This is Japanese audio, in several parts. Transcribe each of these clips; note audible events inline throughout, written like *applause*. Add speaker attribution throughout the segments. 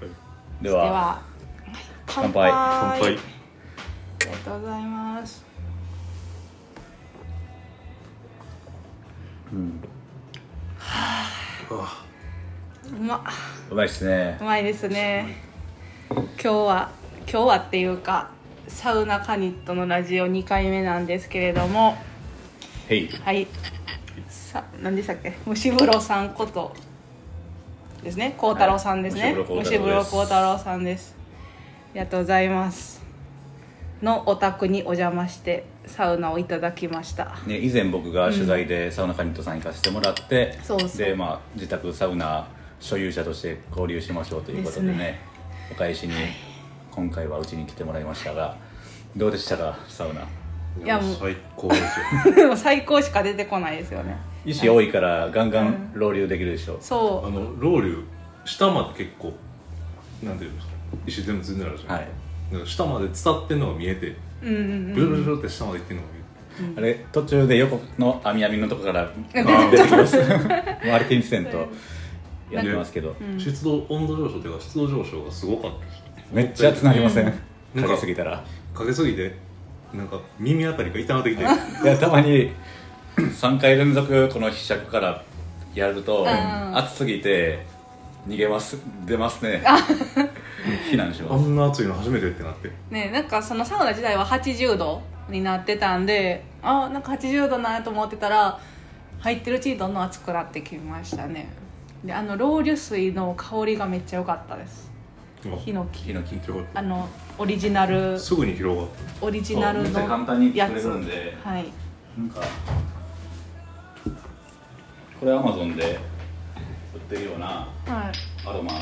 Speaker 1: で
Speaker 2: で
Speaker 1: は
Speaker 2: は
Speaker 1: 乾杯
Speaker 2: あ
Speaker 3: 乾杯
Speaker 2: りがとうございます
Speaker 3: あ
Speaker 2: うま
Speaker 1: うまいっすね
Speaker 2: うまいですね今日は今日はっていうかサウナカニットのラジオ2回目なんですけれども
Speaker 1: へい
Speaker 2: はいさ何でしたっけ虫風呂さんことですね孝太郎さんですね、
Speaker 1: はい
Speaker 2: 虫
Speaker 1: 虫
Speaker 2: 風
Speaker 1: 風
Speaker 2: 呂
Speaker 1: 呂
Speaker 2: 孝
Speaker 1: 幸
Speaker 2: 太
Speaker 1: 太
Speaker 2: 郎さんですありがとうございますのお宅にお邪魔してサウナをいただきました *laughs*
Speaker 1: ね、以前僕が取材でサウナカニットさん行かせてもらって、
Speaker 2: そうそう
Speaker 1: で、まあ、自宅サウナ所有者として交流しましょうということでね
Speaker 2: ですね
Speaker 1: お返しに今回はうちに来てもらいましたがどうでしたかサウナ
Speaker 3: ー
Speaker 2: いやもう
Speaker 3: 最高です
Speaker 1: *laughs*
Speaker 3: よ
Speaker 2: でも最高しか出てこないですよね
Speaker 1: 石多いからガンガン漏流できるでしょ、
Speaker 2: そ
Speaker 3: あのロウリュ下まで結構なんていうんですか石全部積んであるじゃん、
Speaker 1: はい
Speaker 3: だから下まで伝ってんのが見えて
Speaker 2: ううんうん
Speaker 3: ブルブルブルって下まで行ってんのが見えて、
Speaker 1: あれ途中で横の網網のとこから
Speaker 2: 出て
Speaker 1: 出てき
Speaker 2: *laughs*
Speaker 1: ます周り気にせんとやってますけど、
Speaker 3: 湿度温度上昇というか湿度上昇がすごかったです
Speaker 1: めっちゃ熱なりません、
Speaker 3: うん
Speaker 1: かけすぎたら
Speaker 3: かけすぎてなんか耳あたりが痛なってきて
Speaker 1: いやたまに3回連続この被写からやると、
Speaker 2: ん
Speaker 1: 暑すぎて逃げます出ますね避難し
Speaker 3: あ
Speaker 1: ます
Speaker 3: んな暑いの初めてってなって
Speaker 2: ねなんかそのサウナ自体は80度になってたんであなんか80度なと思ってたら入ってるうちにどんどん熱くなってきましたねであのロウリュ水の香りがめっちゃ良かったですヒノキ
Speaker 1: ヒノキ
Speaker 3: 広がっ
Speaker 2: あのオリジナル
Speaker 3: たすぐに広がっ
Speaker 2: オリジナル
Speaker 1: そうめっちゃ簡単
Speaker 2: の
Speaker 1: に
Speaker 2: や
Speaker 1: 作れ
Speaker 2: つ
Speaker 1: るんで
Speaker 2: はい
Speaker 1: なんかこれアマゾンで売ってるような
Speaker 2: はい
Speaker 1: アロマ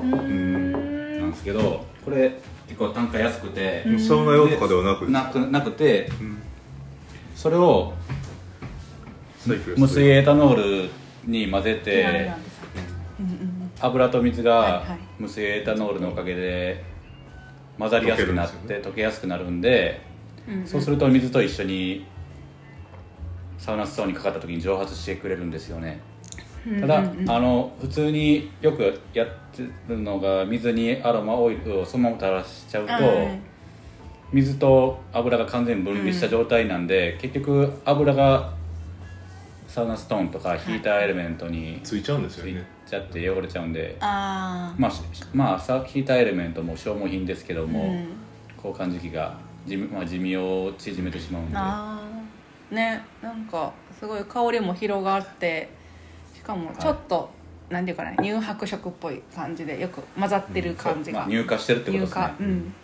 Speaker 2: う
Speaker 1: な
Speaker 2: ー
Speaker 1: ん
Speaker 2: ん
Speaker 1: ですけどこれ結構単価安くて、
Speaker 3: たサウナ用とかではなく
Speaker 1: なくなくて
Speaker 3: うん
Speaker 1: それを
Speaker 3: サイクル
Speaker 1: 無水エタノールに混ぜ
Speaker 2: いやい
Speaker 1: て
Speaker 2: やうんうん
Speaker 1: 油と水
Speaker 2: はい
Speaker 1: が
Speaker 2: はい
Speaker 1: 無水エタノールのおかげで混ざりやすくなっ
Speaker 3: 溶けるんです
Speaker 1: て
Speaker 3: よ
Speaker 1: 溶けやすくなるんで
Speaker 2: うんうん
Speaker 1: そうすると水と一緒にサウナストーンにかかった時に蒸発してくれるんですよね
Speaker 2: うん
Speaker 1: ただ
Speaker 2: う
Speaker 1: あ
Speaker 2: んうん
Speaker 1: の普通によくやってるのが水にアロマオイルをそのまま垂らしちゃうと、
Speaker 2: はい
Speaker 1: 水と油が完全に分離した状態なんで、結局油がサウナストーンとかヒーターエレメントに
Speaker 3: ついちゃうんです
Speaker 1: つ
Speaker 3: よ
Speaker 1: い
Speaker 3: ね
Speaker 1: ちゃって汚れちゃうんで、
Speaker 2: あ
Speaker 1: まあ、しまあさヒーターエレメントも消耗品ですけど
Speaker 2: あ
Speaker 1: も、交換時期が寿,、まあ、寿命を縮めてしまうんで
Speaker 2: あーねなんかすごい香りも広がってしかもちょっと、なんていうかな乳白色っぽい感じでよく混ざってる感じが、
Speaker 1: まあ、入荷してるってことですね
Speaker 2: 乳化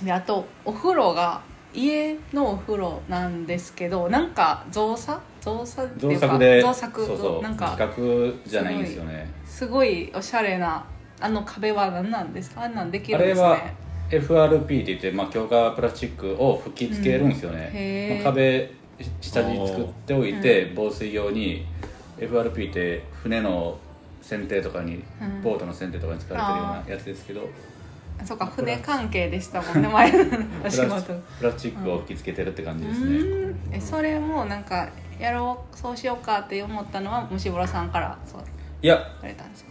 Speaker 2: うんであとお風呂が家のお風呂なんですけどなんか造作造作って
Speaker 1: 造
Speaker 2: いうか
Speaker 1: 作で
Speaker 2: 造作
Speaker 1: そうそう
Speaker 2: なんか
Speaker 1: 企画じゃないんですよね
Speaker 2: すごいおしゃれなあの壁は何なんですかあんなんでき
Speaker 1: あ
Speaker 2: るん
Speaker 1: れ
Speaker 2: です
Speaker 1: は
Speaker 2: ね
Speaker 1: FRP って言って、まあ、強化プラスチックを吹き付けるんですよ
Speaker 2: うんへ
Speaker 1: ね、ま
Speaker 2: ー
Speaker 1: あ壁下に作っておいて防水用に FRP って船の船底とかに、
Speaker 2: うん
Speaker 1: ボートの船底とかに使われてるようなやつですけど
Speaker 2: そうか船関係でしたもんね前の
Speaker 1: プ
Speaker 2: 仕
Speaker 1: ラス
Speaker 2: 事
Speaker 1: プラスチックを吹き付けてるって感じです
Speaker 2: う
Speaker 1: ね、
Speaker 2: んえそれもなんかやろうそうしようかって思ったのは虫風呂さんからそう
Speaker 1: いや
Speaker 2: 言われたんですか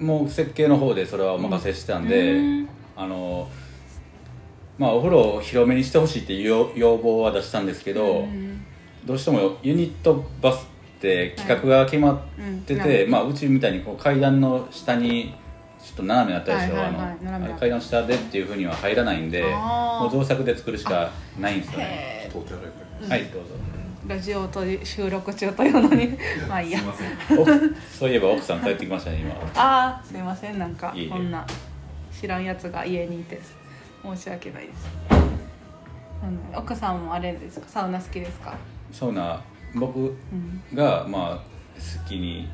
Speaker 1: もう設計の方でそれはお任せしてたんで、
Speaker 2: うん
Speaker 1: あのまあお風呂を広めにしてほしいっていう要要望は出したんですけど、
Speaker 2: うん
Speaker 1: どうしてもユニットバスって企画が決まってて、
Speaker 2: はいうん
Speaker 1: まあ、うちみたいにこう階段の下にちょっと斜めだったでしょ、
Speaker 2: はいはいはい
Speaker 1: あの
Speaker 2: 斜めだ
Speaker 1: 階段の下でっていうふうには入らないんで
Speaker 2: あー
Speaker 1: もう造作で作るしかないんですよね
Speaker 2: へ
Speaker 3: 通って歩いて
Speaker 1: はいどうぞ
Speaker 2: ーラジオと収録中というのに
Speaker 1: *laughs*
Speaker 2: まあいいや
Speaker 3: すいません
Speaker 2: *laughs*
Speaker 1: おそういえば奥さん帰ってきましたね今
Speaker 2: ああすいませんなんか
Speaker 1: いいえ
Speaker 2: こんな知らんやつが家にいて申し訳ないですうん奥さんもあれですかサウナ好きですか、
Speaker 1: サウナ僕
Speaker 2: うん、
Speaker 1: がまあ好きに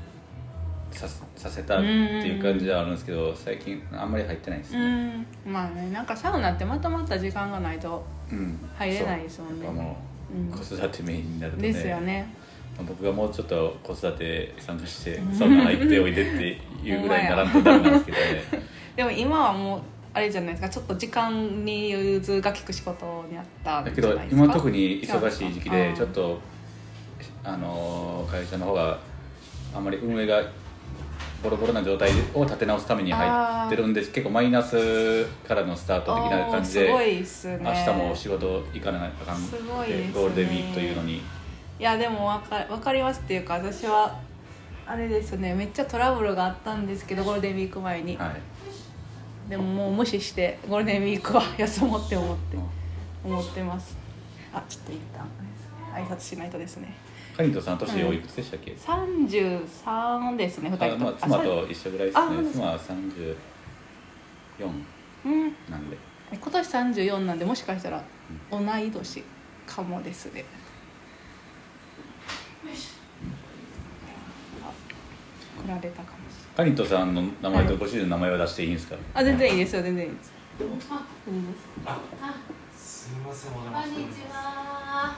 Speaker 1: させさせたっていう感じではあるんですけど最近あんまり入ってないです
Speaker 2: う
Speaker 1: ね
Speaker 2: んまあねなんかサウナってまとまった時間がないと
Speaker 1: うん
Speaker 2: 入れないですもん
Speaker 1: そう
Speaker 2: ね
Speaker 1: やっぱもう子育てメインになるとね
Speaker 2: ですよね
Speaker 1: 僕がもうちょっと子育て参加してサウナ入っておいでっていうぐらいにならんとダメなんですけどね
Speaker 2: でも今はもうあれじゃないですかちょっと時間に融通が利く仕事にあったんじ
Speaker 1: だ
Speaker 2: ゃ
Speaker 1: け
Speaker 2: ない
Speaker 1: ど
Speaker 2: ですか
Speaker 1: 今特に忙しい時期でち
Speaker 2: そ
Speaker 1: ょ
Speaker 2: う
Speaker 1: っ
Speaker 2: か
Speaker 1: とあのー会社の方があんまり運営がボロボロな状態を立て直すために入ってるんで結構マイナスからのスタート的な感じ
Speaker 2: おーすご
Speaker 1: で
Speaker 2: いっすね
Speaker 1: 明日も仕事行かなきゃあかん
Speaker 2: すごいですね
Speaker 1: ゴールデンウィークというのに
Speaker 2: いやでもわかわかりますっていうか私はあれですねめっちゃトラブルがあったんですけどゴールデンウィーク前に、
Speaker 1: はい
Speaker 2: でももう無視してゴールデンウィークは休もうって思って思ってますあちょっと一旦挨拶しないとですね
Speaker 1: カリントさん年おいくつでしたっけ、
Speaker 2: 33ですね2
Speaker 1: あ
Speaker 2: 人と
Speaker 1: ま
Speaker 2: も
Speaker 1: あ、妻と一緒ぐらいです
Speaker 2: あそう
Speaker 1: ね
Speaker 2: です
Speaker 1: 妻
Speaker 2: か
Speaker 1: は34
Speaker 2: うん
Speaker 1: なんで
Speaker 2: 今年34なんでもしかしたら同い年かもですねあ来られたかもしれない
Speaker 1: カリントさんの名前とご主人の名前は出していいんですか、
Speaker 2: あ全然いいですよ全然いいです
Speaker 4: あ、
Speaker 3: すみませんお
Speaker 4: こんにちは。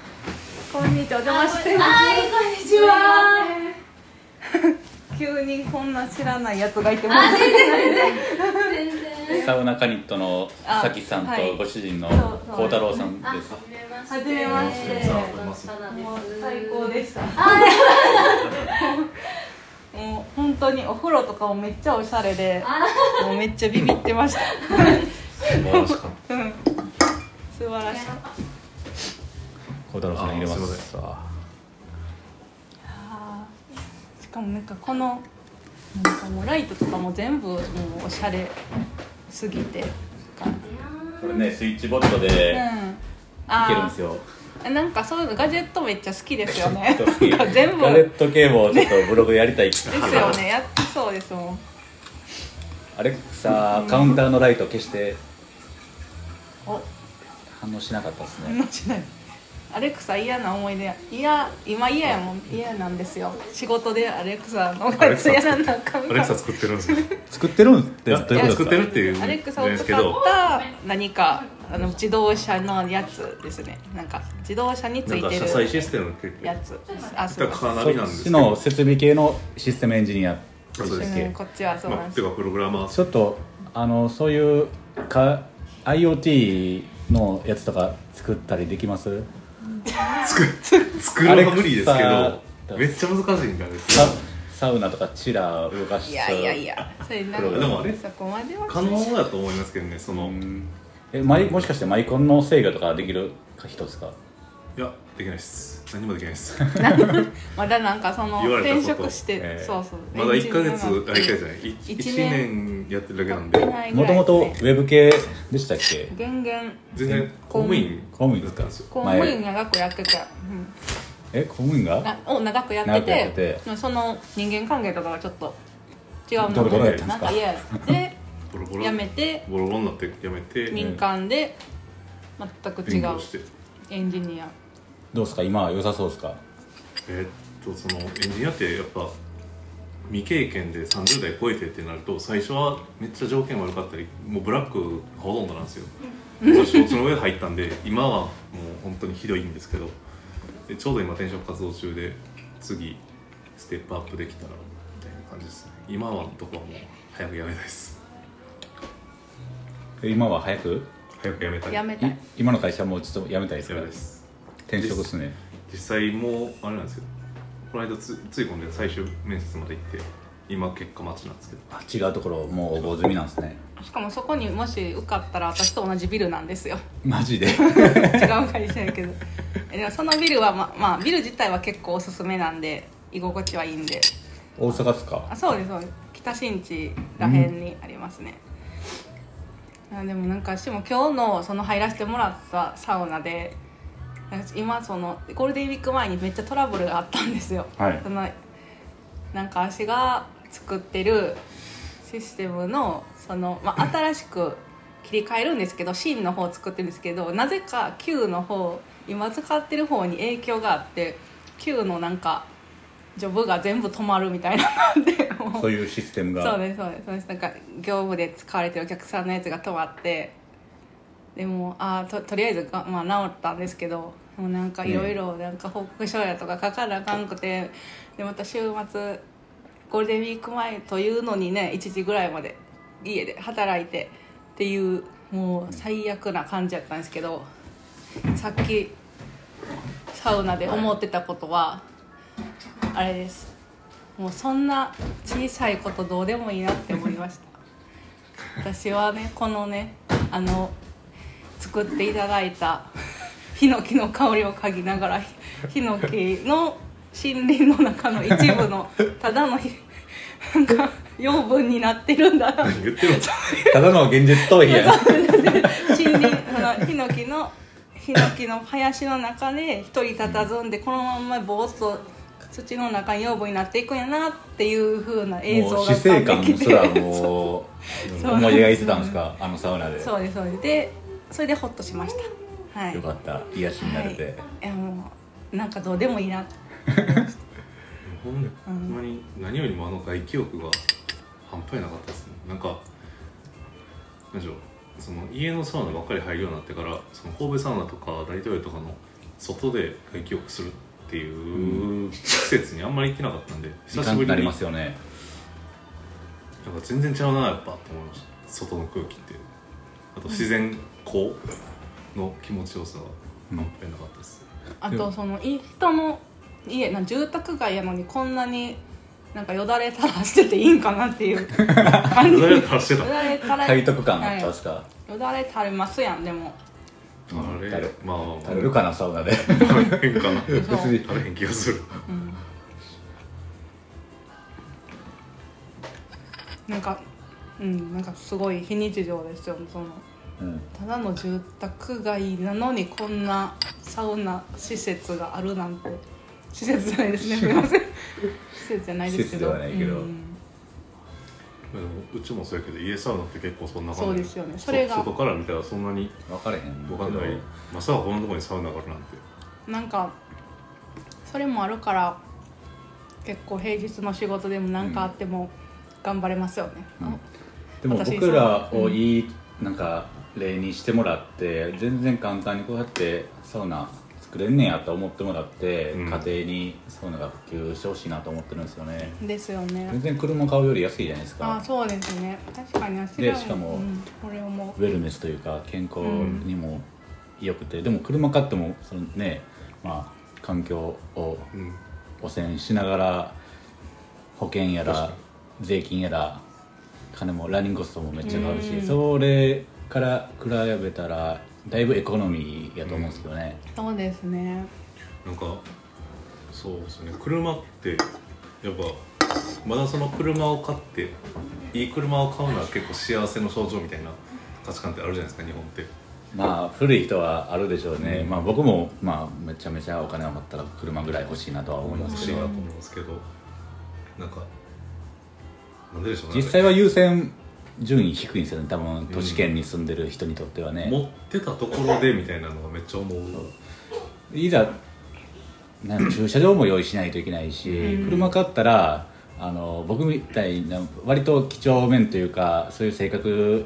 Speaker 2: こんにちはお邪魔してま
Speaker 4: はい、こんにちは。
Speaker 2: す急にこんな知らないやつがいても
Speaker 4: あ、全然全然全然。
Speaker 1: サウナカニットの
Speaker 2: あ
Speaker 1: さきさん
Speaker 2: は
Speaker 1: と
Speaker 2: い
Speaker 1: ご主人の
Speaker 2: そうそう
Speaker 1: 幸太郎さん
Speaker 4: あ、は
Speaker 1: です
Speaker 4: じめまして。
Speaker 2: はじめましてもう最高でしたもう本当にお風呂とかもめっちゃおしゃれでもうめっちゃビビってました
Speaker 3: 素晴らしかっ
Speaker 2: うん素晴らしい
Speaker 1: 幸太郎さん入れま
Speaker 3: あすいます
Speaker 1: あ
Speaker 2: あーしかもなんかこのなんかもうライトとかも全部もうおしゃれすぎて、
Speaker 1: これねスイッチボットで
Speaker 2: うん、
Speaker 1: い
Speaker 2: あ
Speaker 1: けるんですよ
Speaker 2: ーなんかそういうのガジェットめっちゃ好きですよね
Speaker 1: *laughs* ちょっと好き
Speaker 2: 全部
Speaker 1: ガレッ
Speaker 2: で
Speaker 1: ト系もちょっとブログやりたい
Speaker 2: すよねやってそうですもん
Speaker 1: アレクサカウンターのライト消して
Speaker 2: お
Speaker 1: 反応しなかったですね
Speaker 2: 何しないアレクサ嫌な思い出いや今嫌やもん嫌なんですよ仕事でアレクサのやつやらなあかん
Speaker 3: た
Speaker 2: か
Speaker 3: アレ
Speaker 2: ら
Speaker 3: クサ作ってる
Speaker 2: *laughs*
Speaker 3: んですよ
Speaker 1: 作ってるんって
Speaker 3: どういうことですか作ってるっていうん
Speaker 2: アレクサを使っ
Speaker 3: ですけど
Speaker 2: た何かあの自動車のやつですねなんか自動車につ
Speaker 3: なん
Speaker 2: い
Speaker 3: か
Speaker 2: て
Speaker 3: 車載
Speaker 2: る
Speaker 3: システム結構
Speaker 2: やつあそうです
Speaker 3: かなりなんです
Speaker 1: そっち
Speaker 3: け
Speaker 1: の
Speaker 3: ど
Speaker 1: 設備系のシステムエンジニアで
Speaker 3: そう
Speaker 1: し
Speaker 3: で
Speaker 1: たっ
Speaker 3: す
Speaker 1: け
Speaker 2: うんこっちはそう
Speaker 3: ま
Speaker 2: な
Speaker 3: あ
Speaker 2: んで
Speaker 3: って
Speaker 2: す
Speaker 3: いうかプログラマー
Speaker 1: ちょっとあのそういうか IoT のやつとか作ったりできます
Speaker 2: *laughs*
Speaker 3: 作るのは無理ですけ
Speaker 1: アレクサ
Speaker 3: どめっちゃ難しいんだです
Speaker 1: ササウナとかチラー動かし
Speaker 2: いやいやいやそれな
Speaker 1: プ
Speaker 2: ん
Speaker 1: ロ
Speaker 2: か
Speaker 1: グラ
Speaker 3: マーでもあれ
Speaker 2: そこまでは
Speaker 3: 可能だと思いますけどねそうの
Speaker 1: んえマイもしかしてマイコンの制御とかできる人ですか
Speaker 3: いやできないです何もできないです
Speaker 2: *laughs* まだなんかその
Speaker 3: 言われたこ
Speaker 2: 転
Speaker 3: と
Speaker 2: 職して、
Speaker 1: ええ
Speaker 2: そうそう
Speaker 3: まだ1か月あ
Speaker 2: エンジニアな
Speaker 3: 1
Speaker 2: の
Speaker 3: か月じゃない
Speaker 2: 一
Speaker 3: 1年やってるだけなん
Speaker 2: 経って
Speaker 3: で
Speaker 2: ないぐ
Speaker 1: も
Speaker 2: ら
Speaker 1: と
Speaker 2: い
Speaker 1: もとウェブ系でしたっけ
Speaker 2: 減減
Speaker 3: 全然公務員
Speaker 1: 公務員ですか
Speaker 3: だったんですよ
Speaker 2: 公務員長くやってて、うん
Speaker 1: え公務員が
Speaker 2: なを長くやって
Speaker 1: 長く
Speaker 2: て
Speaker 1: やって
Speaker 2: その人間関係とかがちょっと違う
Speaker 1: ド
Speaker 2: の
Speaker 1: ロドロやったんですか
Speaker 2: なんか嫌やで
Speaker 3: ボロボロ
Speaker 2: やめて
Speaker 3: ボロボロになってやめて
Speaker 2: 民間で全く違
Speaker 3: 勉
Speaker 2: う
Speaker 3: 強して
Speaker 2: エンジニア
Speaker 1: どうですか今は良さそうですか
Speaker 3: えーっとそのエンジニアってやっぱ未経験で30代超えてってなると最初はめっちゃ条件悪かったりもうブラックがほとんどなんですよ私承知の上で入ったんで今はもう本当にひどいんですけどでちょうど今転職活動中で次ステップアップできたらみたいな感じですね今はのとこはもう早くやめたいです
Speaker 1: え今は早く
Speaker 3: 早くやめたい
Speaker 2: 辞めた
Speaker 1: い
Speaker 2: い
Speaker 1: 今の会社もうちょっと辞めたいです
Speaker 3: や
Speaker 1: か
Speaker 3: めたいです
Speaker 1: 転職ですね
Speaker 3: 実際もうあれなんですよこの間つついこの間最終面接まで行って今結果待ちなんですけど
Speaker 1: あ違うところもう応募済みなんですね
Speaker 2: しかもそこにもし受かったら私と同じビルなんですよ *laughs*
Speaker 1: マジで
Speaker 2: 違う会社やけどえでもそのビルはままあビル自体は結構おすすめなんで居心地はいいんで
Speaker 1: 大阪っすか
Speaker 2: あそうですそうです北新地らへんにありますね、あでもなんかしも今日のその入らせてもらったサウナでなんか今そのゴールデンウィーク前にめっちゃトラブルがあったんですよ、
Speaker 1: はい
Speaker 2: そのなんか私が作ってるシステムのその、まあ、新しく切り替えるんですけど芯の方を作ってるんですけどなぜか Q の方今使ってる方に影響があって Q のなんかジョブが全部止まるみたいなので *laughs* もう
Speaker 1: そういうシステムが
Speaker 2: そうですそうですそうですなんか業務で使われてるお客さんのやつが止まってでもあーととりあえずが、まあ、治ったんですけどでもなんかいろいろなんか報告書やとか書かなあかんくてでまた週末ゴールデンウィーク前というのにね1時ぐらいまで家で働いてっていうもう最悪な感じやったんですけどさっきサウナで思ってたことはあれですもうそんな小さいことどうでもいいなって思いました私はねこのねあの作っていただいたヒノキの香りを嗅ぎながらヒノキの森林の中の一部のただのひなんか養分になってるんだな
Speaker 3: 何言ってるの
Speaker 1: ただの現実逃避やな
Speaker 2: 森林あのヒノキのヒノキの林の中で一人佇んでこのまんまぼーっと土の中に養分になっていくんやなっていう風な映像
Speaker 1: もう
Speaker 2: が
Speaker 1: 死生観
Speaker 2: き
Speaker 1: すらもう
Speaker 2: *laughs* そう
Speaker 1: 思い描いてたんですかあのサウナで
Speaker 2: そうですそうですでそれでホッとしましたはい
Speaker 1: よかった癒しになれて、
Speaker 2: はい、いやもうなんかどうでもいいな
Speaker 3: ほんほんまに何よりもあの外気浴が半端なかったですねなんか何でしょうその家のサウナばっかり入るようになってからその神戸サウナとか大統領とかの外で外気浴するっていう施設にあんまり行ってなかったんで
Speaker 1: 時
Speaker 3: 久し
Speaker 1: 間
Speaker 3: ぶ
Speaker 1: に
Speaker 3: り
Speaker 1: な
Speaker 3: に
Speaker 1: りま
Speaker 3: なんか
Speaker 1: すよね
Speaker 3: 全然違うなやっぱって思いました外の空気ってあと自然光の気持ちよさが半端なかったです、
Speaker 2: あとそのい人の家な住宅街やのにこんなになんかよだれ垂らしてていいんかなって *laughs* いう感じ
Speaker 3: 誰
Speaker 2: よ
Speaker 3: が話してた
Speaker 2: だれ垂ら
Speaker 1: 背徳感あったんですか、
Speaker 2: よだれ垂れますやんでも
Speaker 3: あれ
Speaker 1: 誰
Speaker 3: まあまあまあ
Speaker 1: 食べるかなサウ
Speaker 2: *laughs*
Speaker 1: ナで
Speaker 3: 食べへんかな
Speaker 1: 別に
Speaker 3: 食べへん気がする
Speaker 2: うんなんかうんなんかすごい非日常ですよその
Speaker 1: うん
Speaker 2: ただの住宅街なのにこんなサウナ施設があるなんて施設じゃないで
Speaker 1: *laughs*
Speaker 2: すねすみません施設じゃないですけど
Speaker 1: 施設ではないけど
Speaker 2: うん
Speaker 3: でもうちもそうやけど家サウナって結構そんな感じ
Speaker 2: そうですよねそれが
Speaker 3: 外から見たらそんなに
Speaker 1: 分かれへん
Speaker 3: 分かんないまさかこんなとこにサウナがあるなんて
Speaker 2: なんかそれもあるから結構平日の仕事でも何かあっても頑張れますよね、
Speaker 1: うんでも
Speaker 2: 私
Speaker 1: 僕らをいい、なんか例にしてもらって全然簡単にこうやってサウナ作れんねやと思ってもらって、
Speaker 3: うん
Speaker 1: 家庭にサウナが普及してほしいなと思ってるんですよね
Speaker 2: ですよね
Speaker 1: 全然車買うより安いじゃないです
Speaker 2: あ
Speaker 1: か
Speaker 2: そうですね確かに私
Speaker 1: でしかも
Speaker 2: うん、これ思
Speaker 1: ウェルネスというか健康にも良くて、でも車買ってもそのねまあ環境を
Speaker 3: うん
Speaker 1: 汚染しながら保険や
Speaker 3: 確
Speaker 1: ら
Speaker 3: か
Speaker 1: 税金やら金もランニングコストもめっちゃかかるし、
Speaker 2: うん
Speaker 1: それから比べたらだいぶエコノミーやと思うんですけどね、
Speaker 2: うそうですね
Speaker 3: なんかそうですね車ってやっぱまだその車を買っていい車を買うのは結構幸せの象徴みたいな価値観ってあるじゃないですか日本って
Speaker 1: まあ古い人はあるでしょうね、
Speaker 3: うん
Speaker 1: まあ僕もまあめちゃめちゃお金余ったら車ぐらい欲しいなとは思います
Speaker 3: 欲
Speaker 1: け
Speaker 3: しい
Speaker 1: ど、
Speaker 3: なと思うんですけどなんかなんででしょうね
Speaker 1: 実際は優先順位低いんですよね多分都市圏に住んでる人にとってはね、
Speaker 3: 持ってたところでみたいなのがめっちゃ思う
Speaker 1: いざなんか駐車場も用意しないといけないし、
Speaker 2: うん
Speaker 1: 車買ったらあの僕みたいな割と几帳面というかそういう性格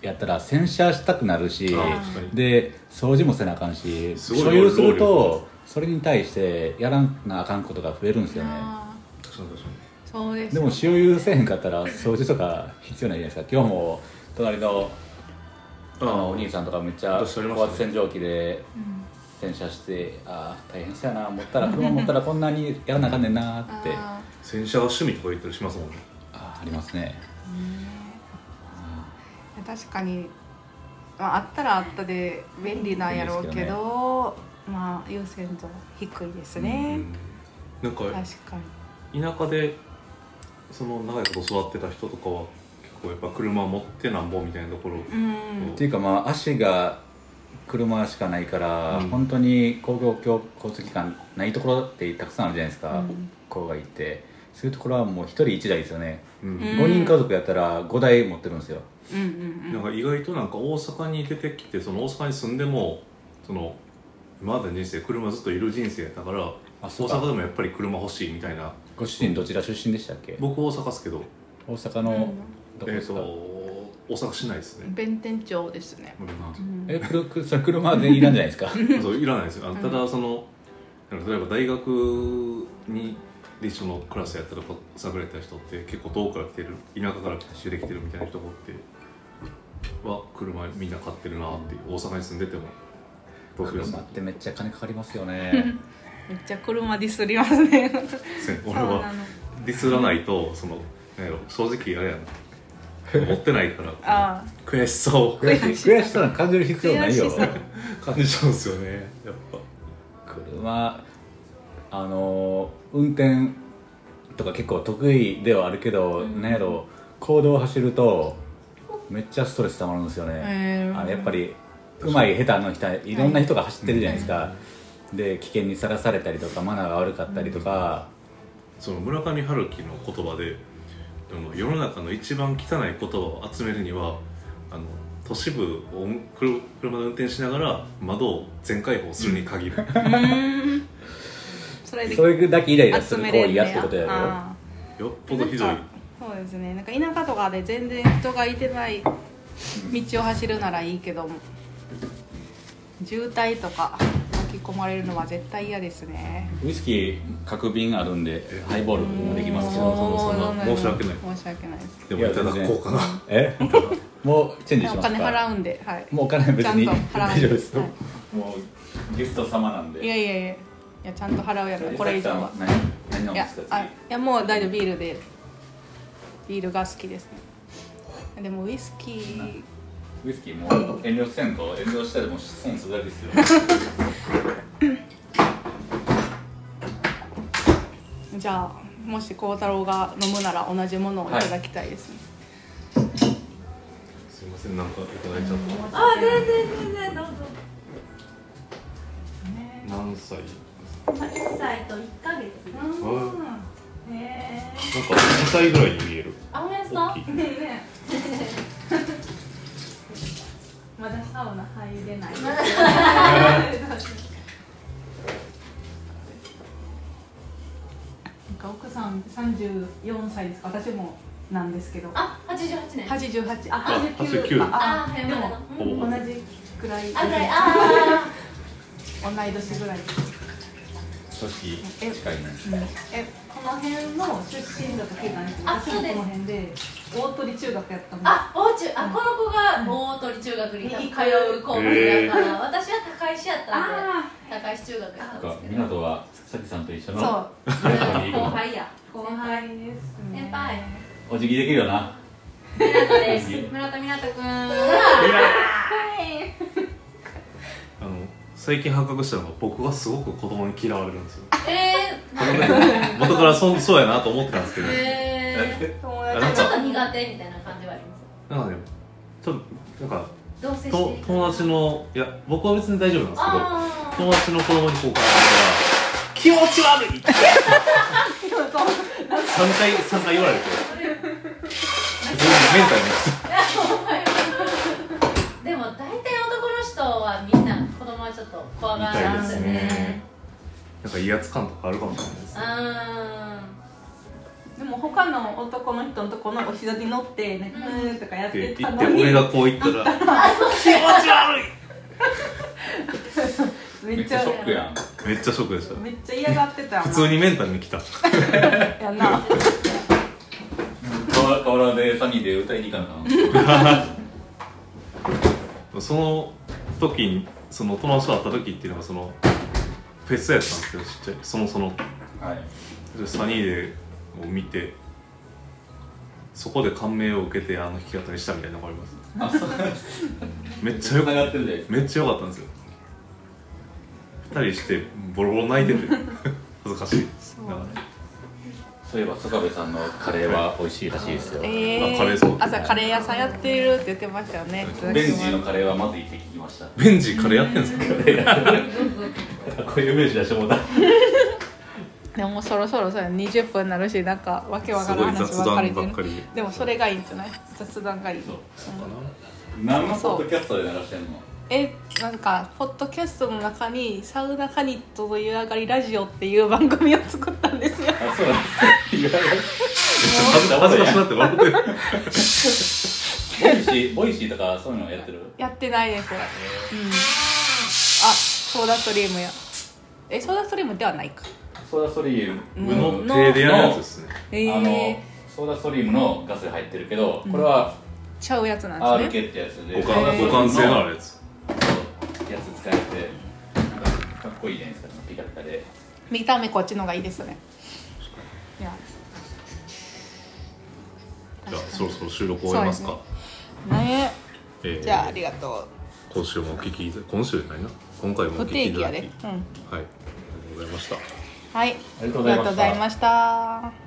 Speaker 1: やったら洗車したくなるし
Speaker 3: あ確かに
Speaker 1: で掃除もせなあかんし
Speaker 3: すごい
Speaker 1: 所有する
Speaker 3: 労力
Speaker 1: とそれに対してやらなあかんことが増えるんですよね
Speaker 2: あ
Speaker 3: 確かに確かに
Speaker 2: ーそうです
Speaker 1: でも所有せえへんかったら掃除とか必要ないじゃないですか今日も隣のあのお兄さんとかめっちゃ
Speaker 3: 私ありまし
Speaker 1: 高
Speaker 3: たね
Speaker 1: 圧洗浄機で
Speaker 2: うん
Speaker 1: 洗車してああ大変そうやな持ったら車持ったらこんなにやらなあかんねんなーってあ
Speaker 2: あ
Speaker 3: 洗車が趣味とか言ったりしますもんね
Speaker 1: あーありますね
Speaker 2: ーうん確かに、まあ、あったらあったで便利なんやろう
Speaker 1: 便利
Speaker 2: けど
Speaker 1: ですけ
Speaker 2: まあ優先度低いですね、
Speaker 3: なんか
Speaker 2: 確かに
Speaker 3: 田舎でその長いこと育ってた人とかは結構やっぱ車持ってなんぼみたいなところ
Speaker 2: うん
Speaker 1: っていうかまあ足が車しかないから、
Speaker 3: うん
Speaker 1: 本当に公共交通機関ないところってたくさんあるじゃないですか、
Speaker 2: うん
Speaker 1: 郊外ってそういうところはもう1人1台ですよね、
Speaker 3: うん
Speaker 2: うん
Speaker 1: 5人家族やったら5台持ってるんですよ
Speaker 2: うんうん
Speaker 3: なんか意外となんか大阪に出てきてその大阪に住んでもその今までの人生車ずっといる人生だから
Speaker 1: あ
Speaker 3: 大
Speaker 1: そうか
Speaker 3: 阪でもやっぱり車欲しいみたいな
Speaker 1: ご主人どちら出身でしたっけ
Speaker 3: 僕大阪ですけど
Speaker 1: 大阪
Speaker 2: うん
Speaker 1: のどこ
Speaker 3: え
Speaker 1: で
Speaker 3: っ
Speaker 1: す
Speaker 3: と
Speaker 1: か、
Speaker 3: 大阪市内ですね
Speaker 2: 弁天町ですね
Speaker 1: えくるくそれ車は全員いらんじゃないですか
Speaker 3: *laughs* そういらないですよあのただその、なんか例えば大学にで一緒のクラスやったら探れた人って結構遠くから来てる田舎から出てきてるみたいな人がおっては車みんな買ってるなっていう大阪に住んでても僕が
Speaker 1: 車ってめっちゃ金かかりますよね
Speaker 2: めっちゃ車ディスりますね
Speaker 3: 俺は
Speaker 2: の
Speaker 3: ディスらないとそのなんやろ正直あれやな持ってないから
Speaker 2: あ
Speaker 3: 悔しさを *laughs*
Speaker 2: 悔
Speaker 3: 感
Speaker 2: し
Speaker 1: 悔しさなんか感じる必要ないよ
Speaker 2: 悔しさ
Speaker 3: じちゃうんですよねやっぱ
Speaker 1: 車あの運転とか結構得意ではあるけど、なんやろ公道を走るとめっちゃストレスたまるんですよね、
Speaker 2: へー
Speaker 1: あのやっぱり上手い下手の人いろんな人が走ってるじゃないですか、で危険にさらされたりとかマナーが悪かったりとか、
Speaker 3: その村上春樹の言葉ででも世の中の一番汚い言葉を集めるにはあの都市部を車車で運転しながら窓を全開放するに限る、
Speaker 2: あうーんそれで
Speaker 1: そういうだけイライラす
Speaker 2: 集
Speaker 1: る行
Speaker 2: め
Speaker 1: 為
Speaker 2: れるね
Speaker 1: やってことやろ
Speaker 2: あ
Speaker 3: よっぽ
Speaker 2: ー
Speaker 3: どひどい
Speaker 2: なんかそうですねなんか田舎とかで全然人がいてない道を走るならいいけども渋滞とか巻き込まれるのは絶対嫌ですね
Speaker 1: ウイスキー各瓶あるんでハイボールもできます
Speaker 3: う
Speaker 1: よ
Speaker 3: んそんなそんな申し訳ない
Speaker 2: 申し訳ないです
Speaker 3: でもいただこうかな
Speaker 1: え *laughs* もうチェンジし
Speaker 2: お
Speaker 1: ます
Speaker 2: 金
Speaker 1: か
Speaker 2: 払うんではい
Speaker 1: もうお金は別に
Speaker 2: ちゃんと払う
Speaker 1: 大丈夫です、
Speaker 2: は
Speaker 1: もうゲスト様なん
Speaker 2: いやいやいやいやちゃんと払うやろこれ以上は
Speaker 1: 何何飲むん
Speaker 2: い
Speaker 1: で
Speaker 2: や
Speaker 1: すか
Speaker 2: あいやもう大丈夫ビールでビールが好きですねでもウイスキー
Speaker 1: 次ウイスキーも遠慮せんと遠慮したらもう損するだけですよ
Speaker 2: じゃあもし孝太郎が飲むなら同じものをいただきたいですね、
Speaker 3: すいませんなんかいただいちゃっ
Speaker 4: あ、全然全然どうぞ。
Speaker 3: た何歳
Speaker 4: まあ一歳と一ヶ月。へえ。
Speaker 3: なんか2歳ぐらいに見える
Speaker 4: あ、ほんまです
Speaker 3: 大
Speaker 4: か
Speaker 3: きい。
Speaker 2: まだサウナ入れないなんか奥さん34歳ですか私もなんですけど
Speaker 4: あ、八十八年。
Speaker 2: 88あ
Speaker 3: あ
Speaker 2: 89
Speaker 3: 89
Speaker 4: あ
Speaker 2: あ、
Speaker 4: ー、
Speaker 2: で
Speaker 4: へ
Speaker 2: も
Speaker 4: も。
Speaker 3: ほぼほぼ
Speaker 2: 同じくらい
Speaker 4: あ、ぐらい。あ
Speaker 2: 同い年ぐらい
Speaker 1: 年近いね
Speaker 2: えこの辺の出身だと聞いたんですけど
Speaker 4: あそう
Speaker 2: 私もこ
Speaker 4: です
Speaker 2: の辺で大鳥中学やったん
Speaker 4: ー。
Speaker 2: で
Speaker 4: あ、大中、あ、この子が大鳥中学に通う子だから、私は高石やったんで。高石中学やったんですけど。
Speaker 1: 湊はさきさんと一緒
Speaker 2: そう
Speaker 4: 後輩や。
Speaker 2: 後輩ですね
Speaker 4: 先輩。
Speaker 1: お辞儀できるよな
Speaker 4: *laughs* 村田です。
Speaker 2: 村田みなとくん
Speaker 3: あの最近発覚したのが僕はすごく子供に嫌われるんですよ
Speaker 4: え
Speaker 3: 元からそそうやなと思ってたんですけど
Speaker 4: ー。え
Speaker 2: 友
Speaker 3: あ
Speaker 2: 達
Speaker 3: な
Speaker 4: ー。
Speaker 3: ん
Speaker 4: ちょっ
Speaker 3: か
Speaker 4: と苦手みたいな感じはあります。
Speaker 3: なんかねちょっとなんか
Speaker 4: どうせして
Speaker 3: と
Speaker 4: いいかな
Speaker 3: 友達のいや僕は別に大丈夫なんですけど
Speaker 4: あー
Speaker 3: 友達の子供にこうか気持ち悪い!」って3回三回言われて全然メンタルに
Speaker 4: でも大体男の人はみんな子供はちょっと怖がらんですよ
Speaker 3: みたいです
Speaker 4: ね
Speaker 3: ねなんか威圧感とかあるかもしれないです
Speaker 4: うーん
Speaker 2: でも他の男の人のとこのお膝に乗ってね、う
Speaker 4: うん
Speaker 2: ーんとかやっ
Speaker 3: ってて言
Speaker 2: た
Speaker 3: っ
Speaker 2: の
Speaker 3: て
Speaker 2: に
Speaker 3: 俺がこう言ったら気持ち悪い
Speaker 2: めっちゃ
Speaker 1: やん
Speaker 3: めっちゃショックでした
Speaker 2: めっちゃ嫌がってた
Speaker 3: 普通にメンタルにきた
Speaker 2: やな
Speaker 1: 河原でサニーで歌いに行かな
Speaker 3: その時にその友達と会った時っていうのがそのフェスやったんですけどちっちゃいそもそも
Speaker 1: はい
Speaker 3: でサニーデーを見てそこで感銘を受けてあの弾き方にしたみたいなのがあります
Speaker 1: あそう
Speaker 3: めっちゃよかっ
Speaker 1: がってるじゃないです
Speaker 3: ためっちゃ良かったんですよ二人してボロボロ泣いてて恥ずかしいですだから
Speaker 1: そういえば曽我部さんのカレーは美味しいらしいですよ
Speaker 2: え
Speaker 1: ベン
Speaker 2: ー、
Speaker 3: あカレーそう
Speaker 2: 朝カレー屋さんやってるって言ってましたよね
Speaker 1: ジのカレーはまずいって聞きました
Speaker 3: ベンジカレーやってんですか
Speaker 1: こういう名詞出してもらった
Speaker 2: でもそろそろそうや20分になるしなんかわけわか
Speaker 3: す
Speaker 2: ら
Speaker 3: ご
Speaker 2: ん
Speaker 3: い
Speaker 2: 話
Speaker 3: 雑
Speaker 2: ばっかりで
Speaker 3: 談ばっかりで
Speaker 2: でもそれがいいんじゃない雑談がいい
Speaker 1: 何のポッドキャストで鳴らしてんの
Speaker 2: えなんかポッドキャストの中に「サウナカニットと湯上がりラジオ」っていう番組を作ったんですよ
Speaker 1: あそうなんです
Speaker 3: 恥ずかしくなって笑ってる
Speaker 1: ボイシーボイシーとかそういうのやってる
Speaker 2: やってないですうんあソーダストリームやえソーダストリームではないか
Speaker 1: ソーダストリーム
Speaker 3: 無の手でやるやつですね
Speaker 2: え
Speaker 1: あの
Speaker 2: え
Speaker 1: ソーダストリームのガスが入ってるけどこれは
Speaker 2: ちゃうやつなんですね
Speaker 1: RK ってやつで
Speaker 3: 互換互換性のあるやつ
Speaker 1: やつ使えてなんかかっこいいじゃないですかピカピカで
Speaker 2: 見た目こっちのがいいですよねいや
Speaker 3: じゃあそろそろ収録終わりますか
Speaker 2: そうね
Speaker 3: えー
Speaker 2: じゃあありがと
Speaker 3: 今週もお聞きいた今週じゃないな今回
Speaker 2: う
Speaker 3: も
Speaker 2: 不
Speaker 3: お聞き
Speaker 2: 定
Speaker 3: いた
Speaker 2: 期や
Speaker 3: だき
Speaker 2: で、うん、
Speaker 3: はいありがとうございました
Speaker 2: はい
Speaker 1: ありがとうございました
Speaker 2: ありがとうございました